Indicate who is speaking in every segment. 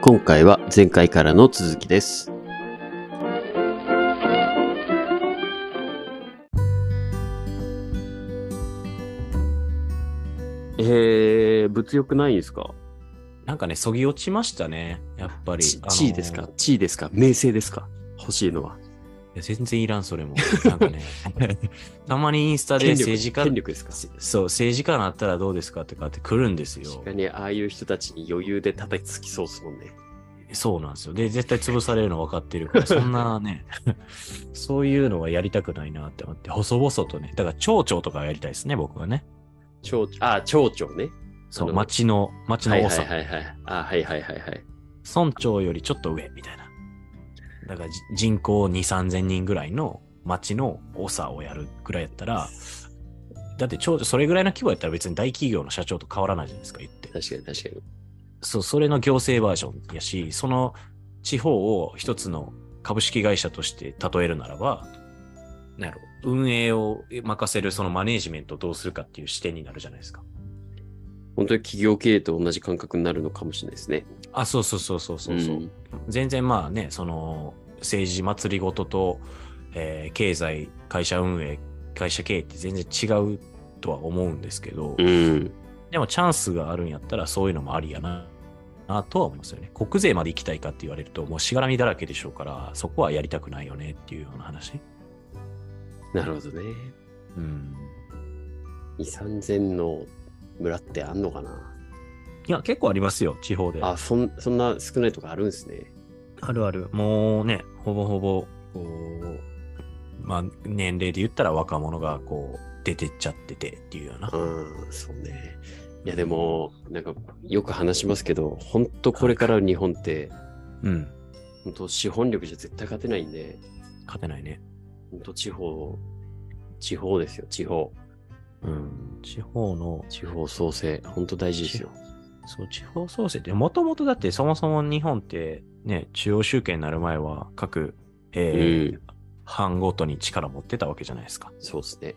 Speaker 1: 今回は前回からの続きです。えー、物欲ないんですか
Speaker 2: なんかね、そぎ落ちましたね。やっぱり。
Speaker 1: ち
Speaker 2: あのー
Speaker 1: 地位ですか地位ですか名声ですか欲しいのは。
Speaker 2: いや全然いらん、それも。なん かね、たまにインスタで政治家、
Speaker 1: 権力ですか
Speaker 2: せそう、政治家になったらどうですかってかって来るんですよ
Speaker 1: 確。かに、ああいう人たちに余裕で叩きつきそうですもんね。
Speaker 2: そうなんですよ。で、絶対潰されるの分かって るから、そんなね、そういうのはやりたくないなって思って、細々とね、だから町長とかやりたいですね、僕はね。
Speaker 1: 町長、あ、町長ね。
Speaker 2: そ
Speaker 1: あ
Speaker 2: う、
Speaker 1: の
Speaker 2: 町の、町
Speaker 1: は
Speaker 2: の
Speaker 1: い
Speaker 2: 多
Speaker 1: はい
Speaker 2: さ。
Speaker 1: はいはい。あ、はいはいはいはい。
Speaker 2: 村長よりちょっと上みたいな。だからじ人口2、3000人ぐらいの町の多さをやるぐらいやったら、だってちょうどそれぐらいの規模やったら別に大企業の社長と変わらないじゃないですか、言って。
Speaker 1: 確かに確かに。
Speaker 2: そう、それの行政バージョンやし、その地方を一つの株式会社として例えるならば、なんやろ、運営を任せるそのマネージメントをどうするかっていう視点になるじゃないですか。
Speaker 1: 本当に企業経営と同じ感覚になるのかもしれないですね。
Speaker 2: あ、そうそうそうそうそうそう。
Speaker 1: ん
Speaker 2: 全然まあねその政治祭りごとと、えー経済会社運営会社経営って全然違うとは思うんですけど、
Speaker 1: うん。
Speaker 2: でもチャンスがあるんやったらそういうのもありやななとは思いますよね国税まで行きたいかって言われるともうしがらみだらけでしょうからそこはやりたくないよねっていうような話
Speaker 1: なるほどね。
Speaker 2: うん
Speaker 1: 2、3000の村ってあんのかない
Speaker 2: や結構ありますよ地方で
Speaker 1: あ、そんそんな少ないとこあるんですね。
Speaker 2: あるある。もうね、ほぼほぼ、こう、まあ、年齢で言ったら若者がこう、出てっちゃっててっていうような。
Speaker 1: うん、そうね。いや、でも、なんか、よく話しますけど、本当これからの日本って、
Speaker 2: うん。
Speaker 1: 本当資本力じゃ絶対勝てないんで、
Speaker 2: 勝てないね。
Speaker 1: 本当地方、地方ですよ、地方。
Speaker 2: うん。地方の、
Speaker 1: 地方創生、本当大事ですよ。
Speaker 2: そう、地方創生って、もともとだってそもそも日本って、ね、中央集権になる前は、各、えー
Speaker 1: うん
Speaker 2: 藩ごとに力持ってたわけじゃないですか。
Speaker 1: そうですね。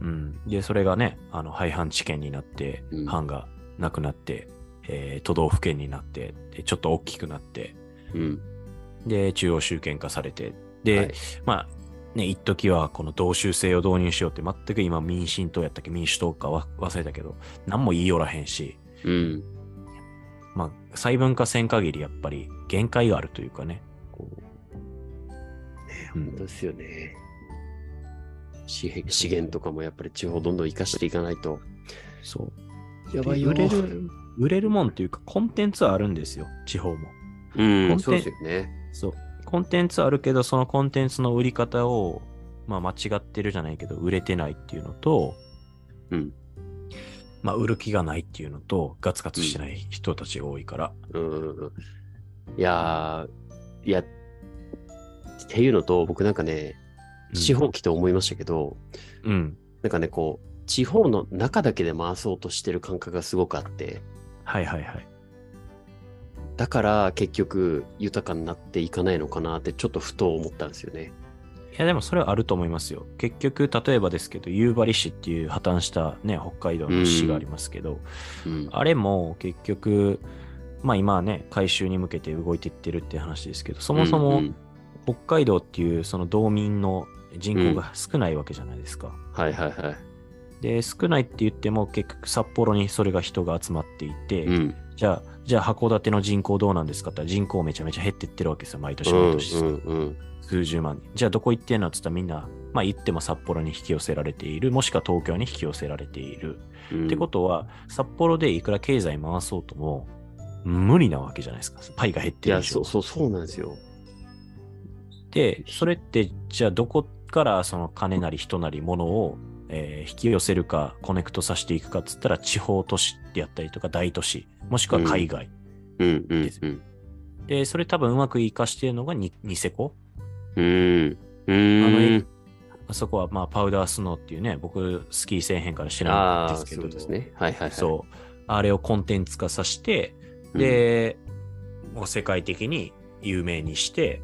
Speaker 2: うん。で、それがね、あの、廃藩置県になって
Speaker 1: うん、
Speaker 2: 藩がなくなって、えー都道府県になって、でちょっと大きくなって、
Speaker 1: うん。
Speaker 2: で、中央集権化されて、で、
Speaker 1: はい
Speaker 2: まあ、ね、一時はこの同州制を導入しようって、全く今民進党やったっけ、民主党かわ忘れたけど、何も言いよらへんし、
Speaker 1: うん。
Speaker 2: まあ、細分化せん限りやっぱり限界があるというかね。こううん
Speaker 1: 本当ですよね。資源資源とかもやっぱり地方どんどん生かしていかないと。
Speaker 2: そう。
Speaker 1: や
Speaker 2: ばいよ売れる売れるもんというか、コンテンツはあるんですよ、地方も。
Speaker 1: う
Speaker 2: コ
Speaker 1: ん、
Speaker 2: ンテン
Speaker 1: そうですよね。
Speaker 2: そう。コンテンツあるけど、そのコンテンツの売り方を、まあ間違ってるじゃないけど、売れてないっていうのと、
Speaker 1: うん。
Speaker 2: まあ売る気がないっていうのと、ガツガツしてない人たちが多いから。
Speaker 1: うん。いやー、いや、っていうのと、僕なんかね、
Speaker 2: うん
Speaker 1: 地方来て思いましたけど、
Speaker 2: うん。
Speaker 1: なんかね、こう、地方の中だけで回そうとしてる感覚がすごくあって、
Speaker 2: はいはいはい。
Speaker 1: だから結局豊かになっていかないのかなってちょっとふと思ったんですよね。
Speaker 2: いやでもそれはあると思いますよ。結局、例えばですけど、夕張市っていう破綻したね、北海道の市がありますけど、
Speaker 1: うん。
Speaker 2: あれも結局、まあ今はね、回収に向けて動いていってるって話ですけど、そもそ
Speaker 1: うん
Speaker 2: も
Speaker 1: うん
Speaker 2: 北海道っていうその道民の人口が少ないわけじゃないですか。
Speaker 1: はいはいはい。
Speaker 2: で、少ないって言っても結局札幌にそれが人が集まっていて、
Speaker 1: うん。
Speaker 2: じゃあ、じゃあ函館の人口どうなんですかって言ったら人口めちゃめちゃ減ってってるわけですよ、毎年
Speaker 1: うん
Speaker 2: 毎年。
Speaker 1: うん
Speaker 2: 数十万人。じゃあどこ行ってんのって言ったらみんな、まあ言っても札幌に引き寄せられている、もしくは東京に引き寄せられている。
Speaker 1: うん。
Speaker 2: ってことは、札幌でいくら経済回そうとも、無理なわけじゃないですか。パイが減っ
Speaker 1: い
Speaker 2: てる
Speaker 1: や、
Speaker 2: 以
Speaker 1: そ
Speaker 2: 上
Speaker 1: うそう、そうなんですよ。
Speaker 2: で、それって、じゃあどこからその金なり人なり物を、えー引き寄せるか、コネクトさせていくかっつったら、地方都市であったりとか大都市、もしくは海外。
Speaker 1: うんうん
Speaker 2: ですで、それ多分うまく活かしてるのがニニセコ。
Speaker 1: うん。うん。うん。
Speaker 2: あのえあそこはまあパウダースノーっていうね、僕スキーせえへんから知らない
Speaker 1: あ
Speaker 2: ん
Speaker 1: あ
Speaker 2: です
Speaker 1: ー、
Speaker 2: けど、
Speaker 1: そうですね。はいはいはい。
Speaker 2: そう。あれをコンテンツ化させて、
Speaker 1: うん
Speaker 2: で、もう世界的に有名にして、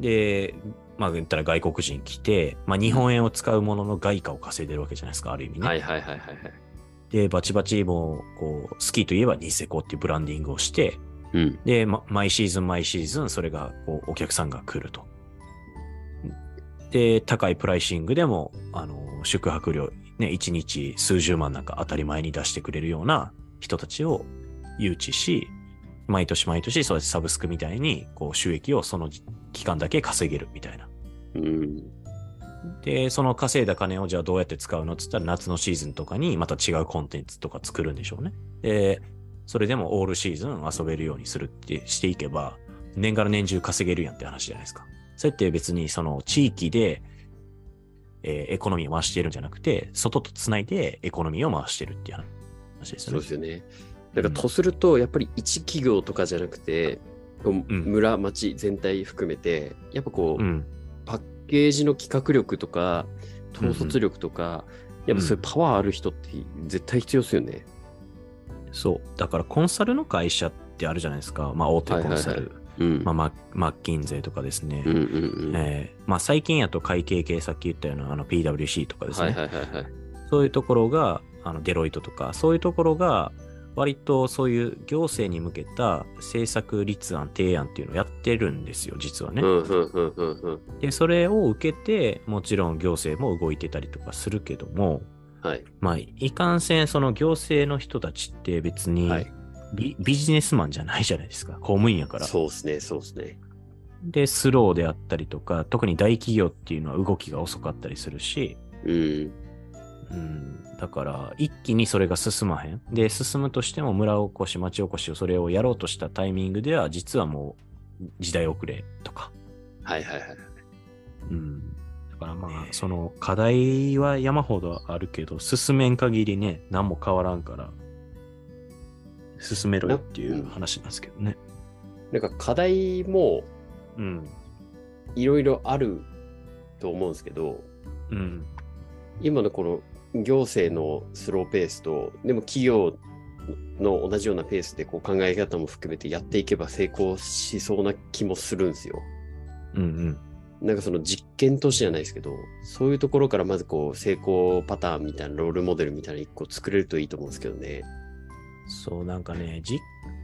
Speaker 2: で、まあ言ったら外国人来て、まあ日本円を使うものの外貨を稼いでるわけじゃないですか、ある意味ね。
Speaker 1: はいはいはいはいはい。
Speaker 2: で、バチバチもう、こう、スキーといえばニセコっていうブランディングをして、
Speaker 1: うん。
Speaker 2: で、ま毎シーズン毎シーズン、それがこうお客さんが来ると。で、高いプライシングでも、あの、宿泊料、ね、1日数十万なんか当たり前に出してくれるような人たちを誘致し、毎年毎年、そうやってサブスクみたいに、こう、収益をその期間だけ稼げるみたいな。
Speaker 1: うん。
Speaker 2: で、その稼いだ金をじゃあどうやって使うのっつったら夏のシーズンとかにまた違うコンテンツとか作るんでしょうね。で、それでもオールシーズン遊べるようにするってしていけば、年から年中稼げるやんって話じゃないですか。それって別にその地域で、えーエコノミーを回してるんじゃなくて、外とつないでエコノミーを回してるっていう話です
Speaker 1: そ
Speaker 2: よ
Speaker 1: う
Speaker 2: ね
Speaker 1: です。よね。だから、とすると、やっぱり一企業とかじゃなくて、こう
Speaker 2: うん
Speaker 1: 村、町全体含めて、やっぱこう、
Speaker 2: うん。
Speaker 1: パッケージの企画力とか、統率力とか、やっぱそういうパワーある人って絶対必要ですよね。
Speaker 2: そう。だからコンサルの会社ってあるじゃないですか。まあ大手コンサル。
Speaker 1: はいうん。
Speaker 2: まあマッマッキンゼーとかですね。
Speaker 1: うんうんうん。
Speaker 2: えーまあ、最近やと会計系さっき言ったようなあの PWC とかです
Speaker 1: は
Speaker 2: ね、
Speaker 1: いはいはいはい。
Speaker 2: そういうところがあのデロイトとかそういうところが割とそういう行政に向けた政策立案提案っていうのをやってるんですよ実はね、
Speaker 1: うんうんうんうんうん。
Speaker 2: でそれを受けてもちろん行政も動いてたりとかするけども
Speaker 1: はい。
Speaker 2: まあいかんせんその行政の人たちって別にビ,、
Speaker 1: はい
Speaker 2: ビジネスマンじゃないじゃないですか公務員やから
Speaker 1: そうですね、そうですね。
Speaker 2: でスローであったりとか特に大企業っていうのは動きが遅かったりするし
Speaker 1: うん。
Speaker 2: うん、だから一気にそれが進まへん。で、進むとしても村おこし、町おこしをそれをやろうとしたタイミングでは、実はもう時代遅れとか。
Speaker 1: はいはいはい。
Speaker 2: うん。だからまあ
Speaker 1: ね、え
Speaker 2: その課題は山ほどあるけど、進めん限りね、何も変わらんから、進めろよっていう話なんですけどね。
Speaker 1: なんか課題も
Speaker 2: うん。
Speaker 1: いろいろあると思うんですけど、
Speaker 2: うん。
Speaker 1: 今のこの行政のスローペースと、でも企業の同じようなペースでこう考え方も含めてやっていけば成功しそうな気もするんですよ。
Speaker 2: うんうん。
Speaker 1: なんかその実験都市じゃないですけど、そういうところからまずこう成功パターンみたいなロールモデルみたいなの一個作れるといいと思うんですけどね。
Speaker 2: そう、なんかね、じ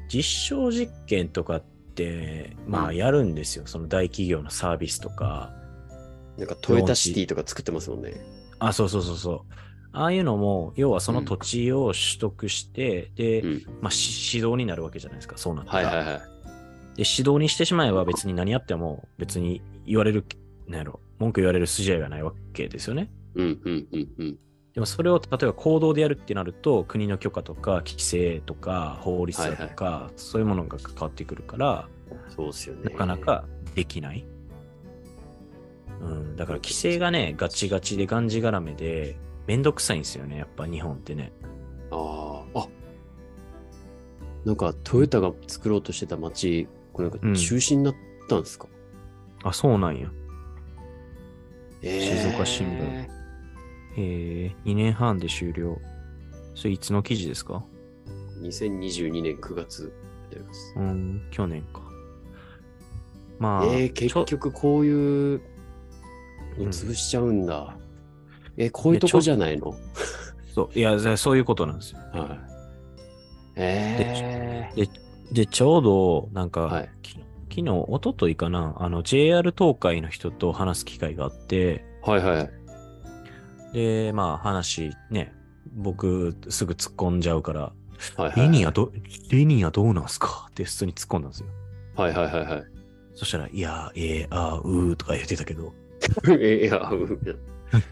Speaker 2: 実証実験とかって、ま
Speaker 1: う
Speaker 2: あ
Speaker 1: ん
Speaker 2: やるんですよ。その大企業のサービスとか。
Speaker 1: なんかトヨタシティとか作ってますもんね。
Speaker 2: あ、そうそうそうそう。ああいうのも、要はその土地を取得して、で、
Speaker 1: うん
Speaker 2: まあ、し指導になるわけじゃないですか、そうなった
Speaker 1: はい
Speaker 2: ら。
Speaker 1: はいはい。
Speaker 2: で、指導にしてしまえば別に何やっても、別に言われる、なんやろ、文句言われる筋合いがないわけですよね。
Speaker 1: うんうんうんうん。
Speaker 2: でもそれを例えば行動でやるってなると、国の許可とか、規制とか、法律だとか、そういうものが関わってくるから、
Speaker 1: そうですよね。
Speaker 2: なかな。かできない。うん、だから規制がね、ガチガチでがんじがらめで、めんどくさいんですよね、やっぱ日本ってね。
Speaker 1: ああ。あなんかトヨタが作ろうとしてた街、これなんか中止になったんですか、
Speaker 2: あ、そうなんや。
Speaker 1: えー
Speaker 2: 静岡新聞。えー、2年半で終了。それいつの記事ですか
Speaker 1: 2022年9月であります。
Speaker 2: うん、去年か。まあ、
Speaker 1: えー、結
Speaker 2: ちょ
Speaker 1: 局こういう
Speaker 2: うん
Speaker 1: の潰しちゃうんだ。えー、こういうとこじゃないの
Speaker 2: そう、いや、そそういうことなんですよ。
Speaker 1: はい。え
Speaker 2: で、で、ちょうど、なんか、
Speaker 1: はい
Speaker 2: き昨日、一昨日かな、あの、JR 東海の人と話す機会があって、
Speaker 1: ー、はいはい。
Speaker 2: で、まあ、話、ね、僕、すぐ突っ込んじゃうから、
Speaker 1: はいはい、
Speaker 2: リニアど、リニアどうなんすかって普通に突っ込んだんですよ。
Speaker 1: はいはいはいはい。
Speaker 2: そしたら、いや、えー、あー、うーとか言ってたけど、
Speaker 1: えい や、うん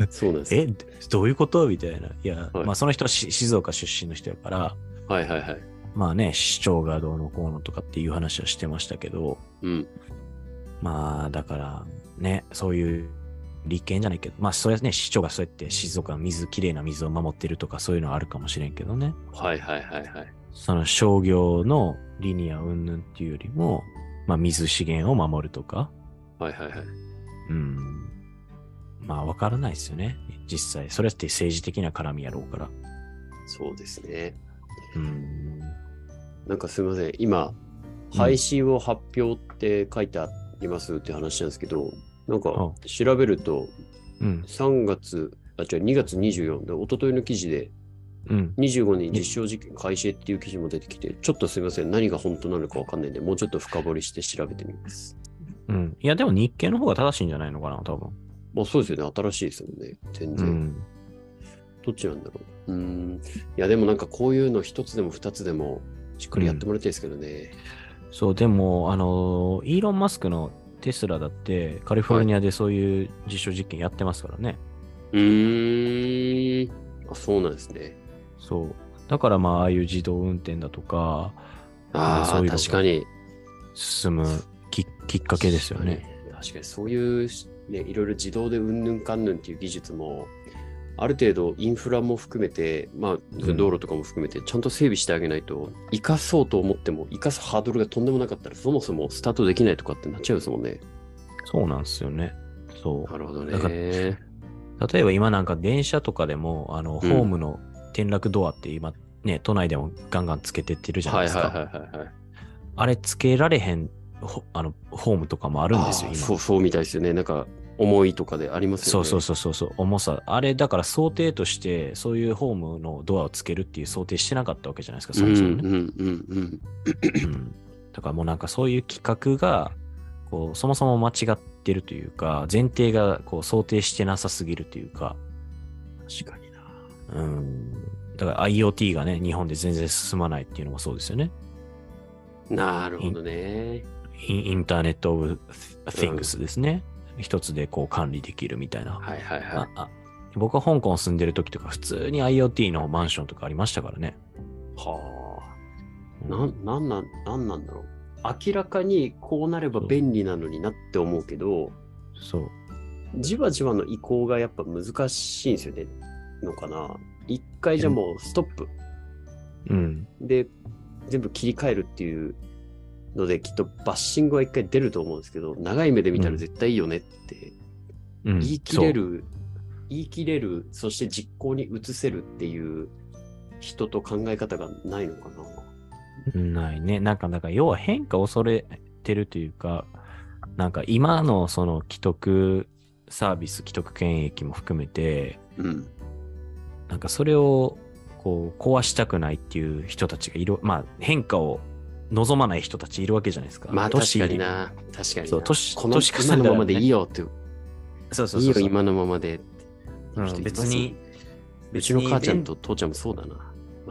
Speaker 1: そうなんですね。
Speaker 2: えどういうことみたいな。いや、
Speaker 1: はい
Speaker 2: まあその人はし静岡出身の人やから、
Speaker 1: はいはいはい。
Speaker 2: まあね、市長がどうのこうのとかっていう話はしてましたけど、
Speaker 1: うん。
Speaker 2: まあだからね、そういう立憲じゃないけど、まあそれはね、市長がそうやって静岡の水、きれいな水を守ってるとかそういうのはあるかもしれんけどね、
Speaker 1: はいはいはいはい。
Speaker 2: その商業のリニア云々っていうよりも、まあ水資源を守るとか、
Speaker 1: はいはいはい。
Speaker 2: うん、まあわからないですよね、実際。それって政治的な絡みやろうから。
Speaker 1: そうですね。
Speaker 2: うん
Speaker 1: なんかすみません。今、
Speaker 2: うん
Speaker 1: 配信を発表って書いてありますって話なんですけど、なんか
Speaker 2: あ
Speaker 1: 調べると、
Speaker 2: うん。
Speaker 1: 3月、あ、違う、2月24で、一昨日の記事で、
Speaker 2: うん。
Speaker 1: 25年実証実験開始へっていう記事も出てきて、ちょっとすみません、何が本当なのかわかんないんで、もうちょっと深掘りして調べてみます。
Speaker 2: うん。いや、でも日経の方が正しいんじゃないのかな、多分。
Speaker 1: まあそうですよね、新しいですもんね、全
Speaker 2: う
Speaker 1: 然。
Speaker 2: ん。
Speaker 1: どっちなんだろう。うーん。いや、でもなんかこういうの一つでも二つでも、しっかりやってもらいたいですけどね。
Speaker 2: そう、でも、あの、イーロン・マスクのテスラだって、カリフォルニアでそういう実証実験やってますからね。
Speaker 1: うーん。あ、そうなんですね。
Speaker 2: そう。だから、まあ、ああいう自動運転だとか、
Speaker 1: あ
Speaker 2: そう
Speaker 1: あ、
Speaker 2: いうのが
Speaker 1: 確かに。
Speaker 2: 進むききっかけですよね。
Speaker 1: 確かに。確かにそういう、ね、いろいろ自動でうんぬんかんぬんっていう技術も、ある程度インフラも含めて、まあ、
Speaker 2: ん
Speaker 1: 道路とかも含めて、ちゃんと整備してあげないと、生かそうと思っても、生かすハードルがとんでもなかったら、そもそもスタートできないとかってなっちゃうんですもんね。
Speaker 2: そうなんですよね。そ
Speaker 1: なるほど
Speaker 2: だか
Speaker 1: ね。
Speaker 2: う。例えば今なんか電車とかでも、あの、ホ
Speaker 1: うん
Speaker 2: ームの転落ドアって今、ね、都内でもガンガンつけてってるじゃない
Speaker 1: はいはい
Speaker 2: ですか。
Speaker 1: はいはいはい。
Speaker 2: あれつけられへん、ほあの、ホームとかもあるんですよ、
Speaker 1: あー
Speaker 2: 今。
Speaker 1: そうそうみたいですよね。なんか、重いとかであります
Speaker 2: そ
Speaker 1: よ
Speaker 2: う
Speaker 1: ね。
Speaker 2: そうそうそうそう重さあれだから想定としてそういうホームのドアをつけるっていう想定してなかったわけじゃないですかそも
Speaker 1: ん
Speaker 2: そうも
Speaker 1: ん
Speaker 2: ね、
Speaker 1: うんうん。
Speaker 2: うんだからもうなんかそういう企画がこうそもそも間違ってるというか前提がこう想定してなさすぎるというか
Speaker 1: 確かにな。
Speaker 2: うんだから IoT がね日本で全然進まないっていうのもそうですよね
Speaker 1: なるほどね。
Speaker 2: インインターネット・オブ・シングスですね、一つでこう管理できるみたいな、
Speaker 1: はいはいは
Speaker 2: ああ僕は香港住んでる時とか普通に IoT のマンションとかありましたからね
Speaker 1: い。はあ。
Speaker 2: うん
Speaker 1: なん、なんなん、なんなんだろう。明らかにこうなれば便利なのになって思うけど、
Speaker 2: そう。
Speaker 1: じわじわの移行がやっぱ難しいんですよね。のかな。一回じゃもうストップ。
Speaker 2: うん。
Speaker 1: で、全部切り替えるっていうので、きっとバッシングは一回出ると思うんですけど、長い目で見たら絶対いいよねって
Speaker 2: うん、
Speaker 1: 言い切れる、言い切れる、そして実行に移せるっていう人と考え方がないのかな。
Speaker 2: そう。ないね。なんか、なんか、要は変化を恐れてるというか、なんか今のその既得サービス、既得権益も含めて、
Speaker 1: うん。
Speaker 2: なんかそれをこう壊したくないっていう人たちがいる、まあ変化を望まない人たちいるわけじゃないですか。
Speaker 1: まあ確
Speaker 2: 年
Speaker 1: かにな。確かにな。
Speaker 2: そう年
Speaker 1: この
Speaker 2: 年重ね
Speaker 1: 今
Speaker 2: たらね
Speaker 1: のままでいいよって、
Speaker 2: そうそう
Speaker 1: いい
Speaker 2: そう
Speaker 1: よ
Speaker 2: そう。
Speaker 1: 今のままで。
Speaker 2: う
Speaker 1: 人
Speaker 2: ん
Speaker 1: います
Speaker 2: 別に。
Speaker 1: うちの母ちゃん
Speaker 2: と
Speaker 1: と父ちゃんもそうだな。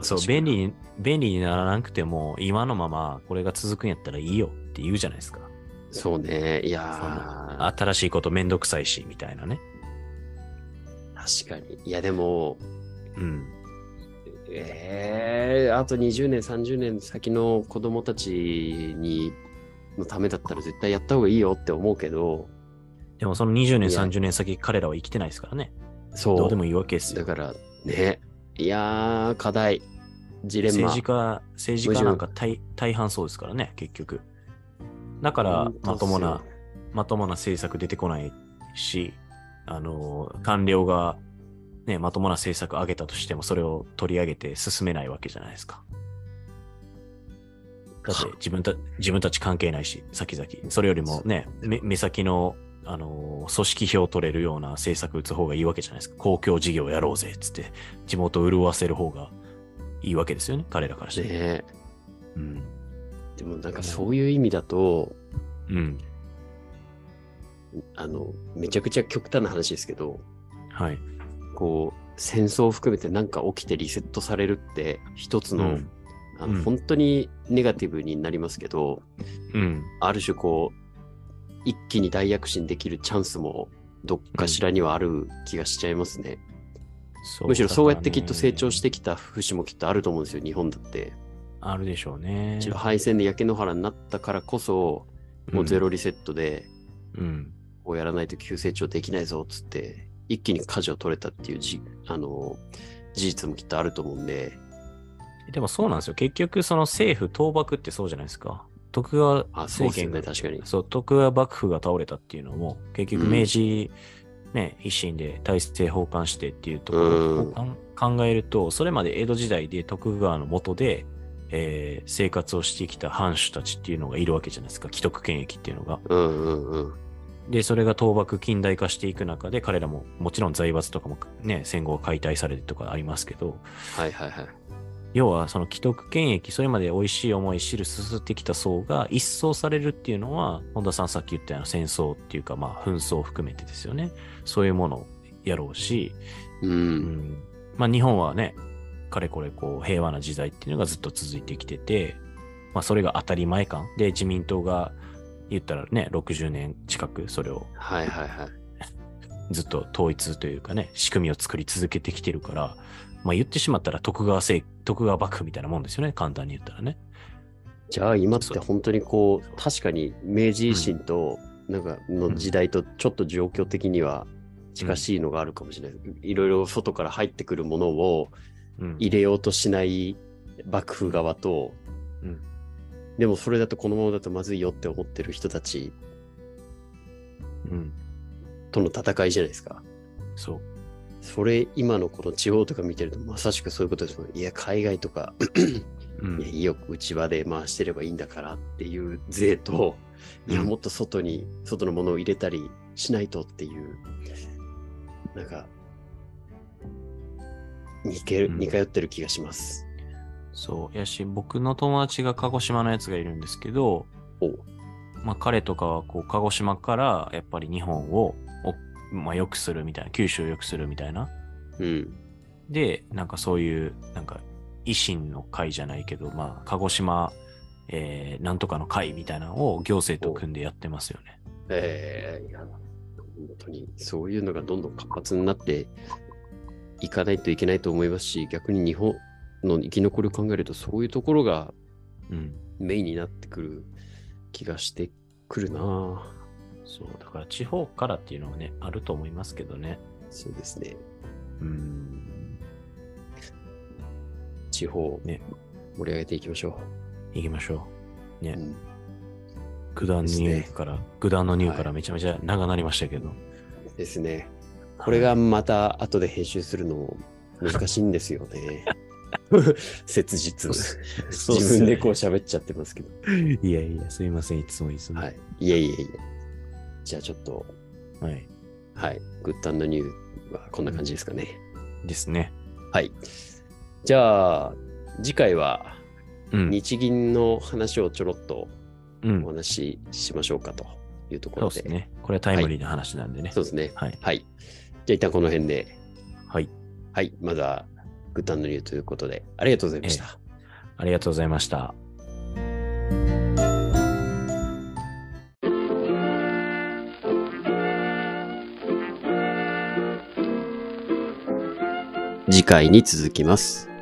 Speaker 2: そう、
Speaker 1: 確かに
Speaker 2: 便利に、便利にならなくても、今のままこれが続くんやったらいいよって言うじゃないですか。
Speaker 1: そうね。い
Speaker 2: そ
Speaker 1: やー
Speaker 2: の新しいことめんどくさいし、みたいなね。
Speaker 1: 確かに。いや、でも、
Speaker 2: うん。
Speaker 1: えー、あと20年、30年先の子供たちに、のためだったら絶対やった方がいいよって思うけど、
Speaker 2: でもその20年、
Speaker 1: いや
Speaker 2: 30年先、彼らは生きてないですからね。
Speaker 1: そう。
Speaker 2: どうでもいいわけです
Speaker 1: だ
Speaker 2: よ。
Speaker 1: から、ね。いやー、課題。ジレンマ。
Speaker 2: 政治家、政治家なんか大大半そうですからね、結局。だから
Speaker 1: 本、当
Speaker 2: ま
Speaker 1: っす
Speaker 2: と
Speaker 1: よ
Speaker 2: もな、まともな政策出てこないし、あの、官僚が、ね、まともな政策上げたとしても、それを取り上げて進めないわけじゃないですか。だって自分た自分たち関係ないし、先々。それよりもね、目目先の、あのー組織票を取れるような政策打つ方がいいわけじゃないですか。公共事業やろうぜ、つって、地元を潤わせる方がいいわけですよね、彼らからして。
Speaker 1: ね。
Speaker 2: うん。
Speaker 1: でもなんかそういう意味だと、
Speaker 2: うん。
Speaker 1: あの、めちゃくちゃ極端な話ですけど、
Speaker 2: はい。
Speaker 1: こう、戦争を含めてなんか起きてリセットされるって、一つの、
Speaker 2: うん
Speaker 1: あの
Speaker 2: うん
Speaker 1: 本当にネガティブになりますけど、
Speaker 2: うん。
Speaker 1: ある種こう、一気に大躍進できるチャンスも、どっかしらにはある気がしちゃいますね。
Speaker 2: そ
Speaker 1: むしろそうやってきっと成長してきた節もきっとあると思うんですよ、日本だって。
Speaker 2: あるでしょうね。
Speaker 1: 一応敗戦で焼け野原になったからこそ、もうゼロリセットで、
Speaker 2: うん。
Speaker 1: こうやらないと急成長できないぞっつって、一気に舵を取れたっていうじ、あの、事実もきっとあると思うんで、
Speaker 2: うん。でもそうなんですよ。結局、その政府倒幕ってそうじゃないですか。徳川
Speaker 1: あ、そう
Speaker 2: 政
Speaker 1: ですよ
Speaker 2: 権
Speaker 1: ね、
Speaker 2: が
Speaker 1: 確かに。
Speaker 2: そう、徳川幕府が倒れたっていうのも、結局
Speaker 1: うん
Speaker 2: 明治、ね、維新で体制崩壊してっていうところ
Speaker 1: う
Speaker 2: を
Speaker 1: ん
Speaker 2: かん考えると、それまで江戸時代で徳川の下で、えー生活をしてきた藩主たちっていうのがいるわけじゃないですか、既得権益っていうのが。
Speaker 1: うんうんうん。
Speaker 2: で、それが倒幕近代化していく中で、彼らももちろん財閥とかもね、戦後は解体されてとかありますけど、
Speaker 1: はいはいはい。
Speaker 2: 要はその既得権益、それまで美味しい思い、汁すすってきた層が一掃されるっていうのは、本田さんさっき言ったような戦争っていうか、まあ紛争を含めてですよね。そういうものをやろうし、
Speaker 1: う。
Speaker 2: うんん、まあ日本はね、かれこれこう平和な時代っていうのがずっと続いてきてて、まあそれが当たり前感で自民党が言ったらね、60年近くそれを
Speaker 1: はいはいはい。
Speaker 2: ずっと統一というかね、仕組みを作り続けてきてるから、まあ言ってしまったら徳川政、徳川幕府みたいなもんですよね、簡単に言ったらね。
Speaker 1: じゃあ今って本当にこう、確かに明治維新と、なんかの時代とちょっと状況的には近しいのがあるかもしれない。いろいろ外から入ってくるものを
Speaker 2: うん
Speaker 1: 入れようとしない幕府側と、
Speaker 2: うん
Speaker 1: でもそれだとこのままだとまずいよって思ってる人たち
Speaker 2: うん、
Speaker 1: との戦いじゃないですか。
Speaker 2: そう。
Speaker 1: それ今のこの地方とか見てるとまさしくそういうことですもん。いや、海外とか、
Speaker 2: う
Speaker 1: いや、
Speaker 2: ん、
Speaker 1: いいよ、内輪で回してればいいんだからっていう税と、いや、
Speaker 2: うん
Speaker 1: もっと外に、外のものを入れたりしないとっていう、なんか、似ける
Speaker 2: うん
Speaker 1: 似通ってる気がします。
Speaker 2: そう。やし、僕の友達が鹿児島のやつがいるんですけど、
Speaker 1: お
Speaker 2: まあ彼とかはこう鹿児島からやっぱり日本をお、まあ、良くするみたいな、九州を良くするみたいな。
Speaker 1: うん。
Speaker 2: で、なんかそういう、なんか維新の会じゃないけど、まあ鹿児島、えー、なんとかの会みたいなのを行政と組んでやってますよね。
Speaker 1: えーいや、本当に、そういうのがどんどん活発になっていかないといけないと思いますし、逆に日本の生き残りを考えると、そういうところが
Speaker 2: うん。
Speaker 1: メインになってくる気がしてくるなぁ
Speaker 2: そう。だから地方からっていうのはね、あると思いますけどね。
Speaker 1: そうですね。
Speaker 2: うん。
Speaker 1: 地方を
Speaker 2: ね
Speaker 1: 盛り上げていきましょ
Speaker 2: 行きましょ
Speaker 1: う。
Speaker 2: う。ね
Speaker 1: うん
Speaker 2: 九段ニューから、九段のニューから
Speaker 1: はい
Speaker 2: めちゃめちゃ長なりましたけど。
Speaker 1: ですね。これがまた後で編集するの難しいんですよ ね。切実。
Speaker 2: そうっ
Speaker 1: 自
Speaker 2: す
Speaker 1: 分
Speaker 2: よね
Speaker 1: でこう喋っちゃってますけど。
Speaker 2: いやいや、すいません、いつもいつも。
Speaker 1: は
Speaker 2: はい。
Speaker 1: い。いえいえいえ。じゃあちょっと、はい。グッドアンドニューはこんな感じですかね。
Speaker 2: ですね。
Speaker 1: はい。じゃあ、次回は
Speaker 2: うん。
Speaker 1: 日銀の話をちょろっと
Speaker 2: うん
Speaker 1: お。話ししましょうかというとこ
Speaker 2: そ
Speaker 1: ろ
Speaker 2: う
Speaker 1: で。
Speaker 2: ですね。これはタイムリーな話なんでね。
Speaker 1: そうですね。
Speaker 2: はい。
Speaker 1: はい。じゃあ一旦この辺で。
Speaker 2: はい。
Speaker 1: はい、まだグッドアンドニューということで、ありがとうございました。
Speaker 2: ありがとうございました。
Speaker 1: 次回に続きます。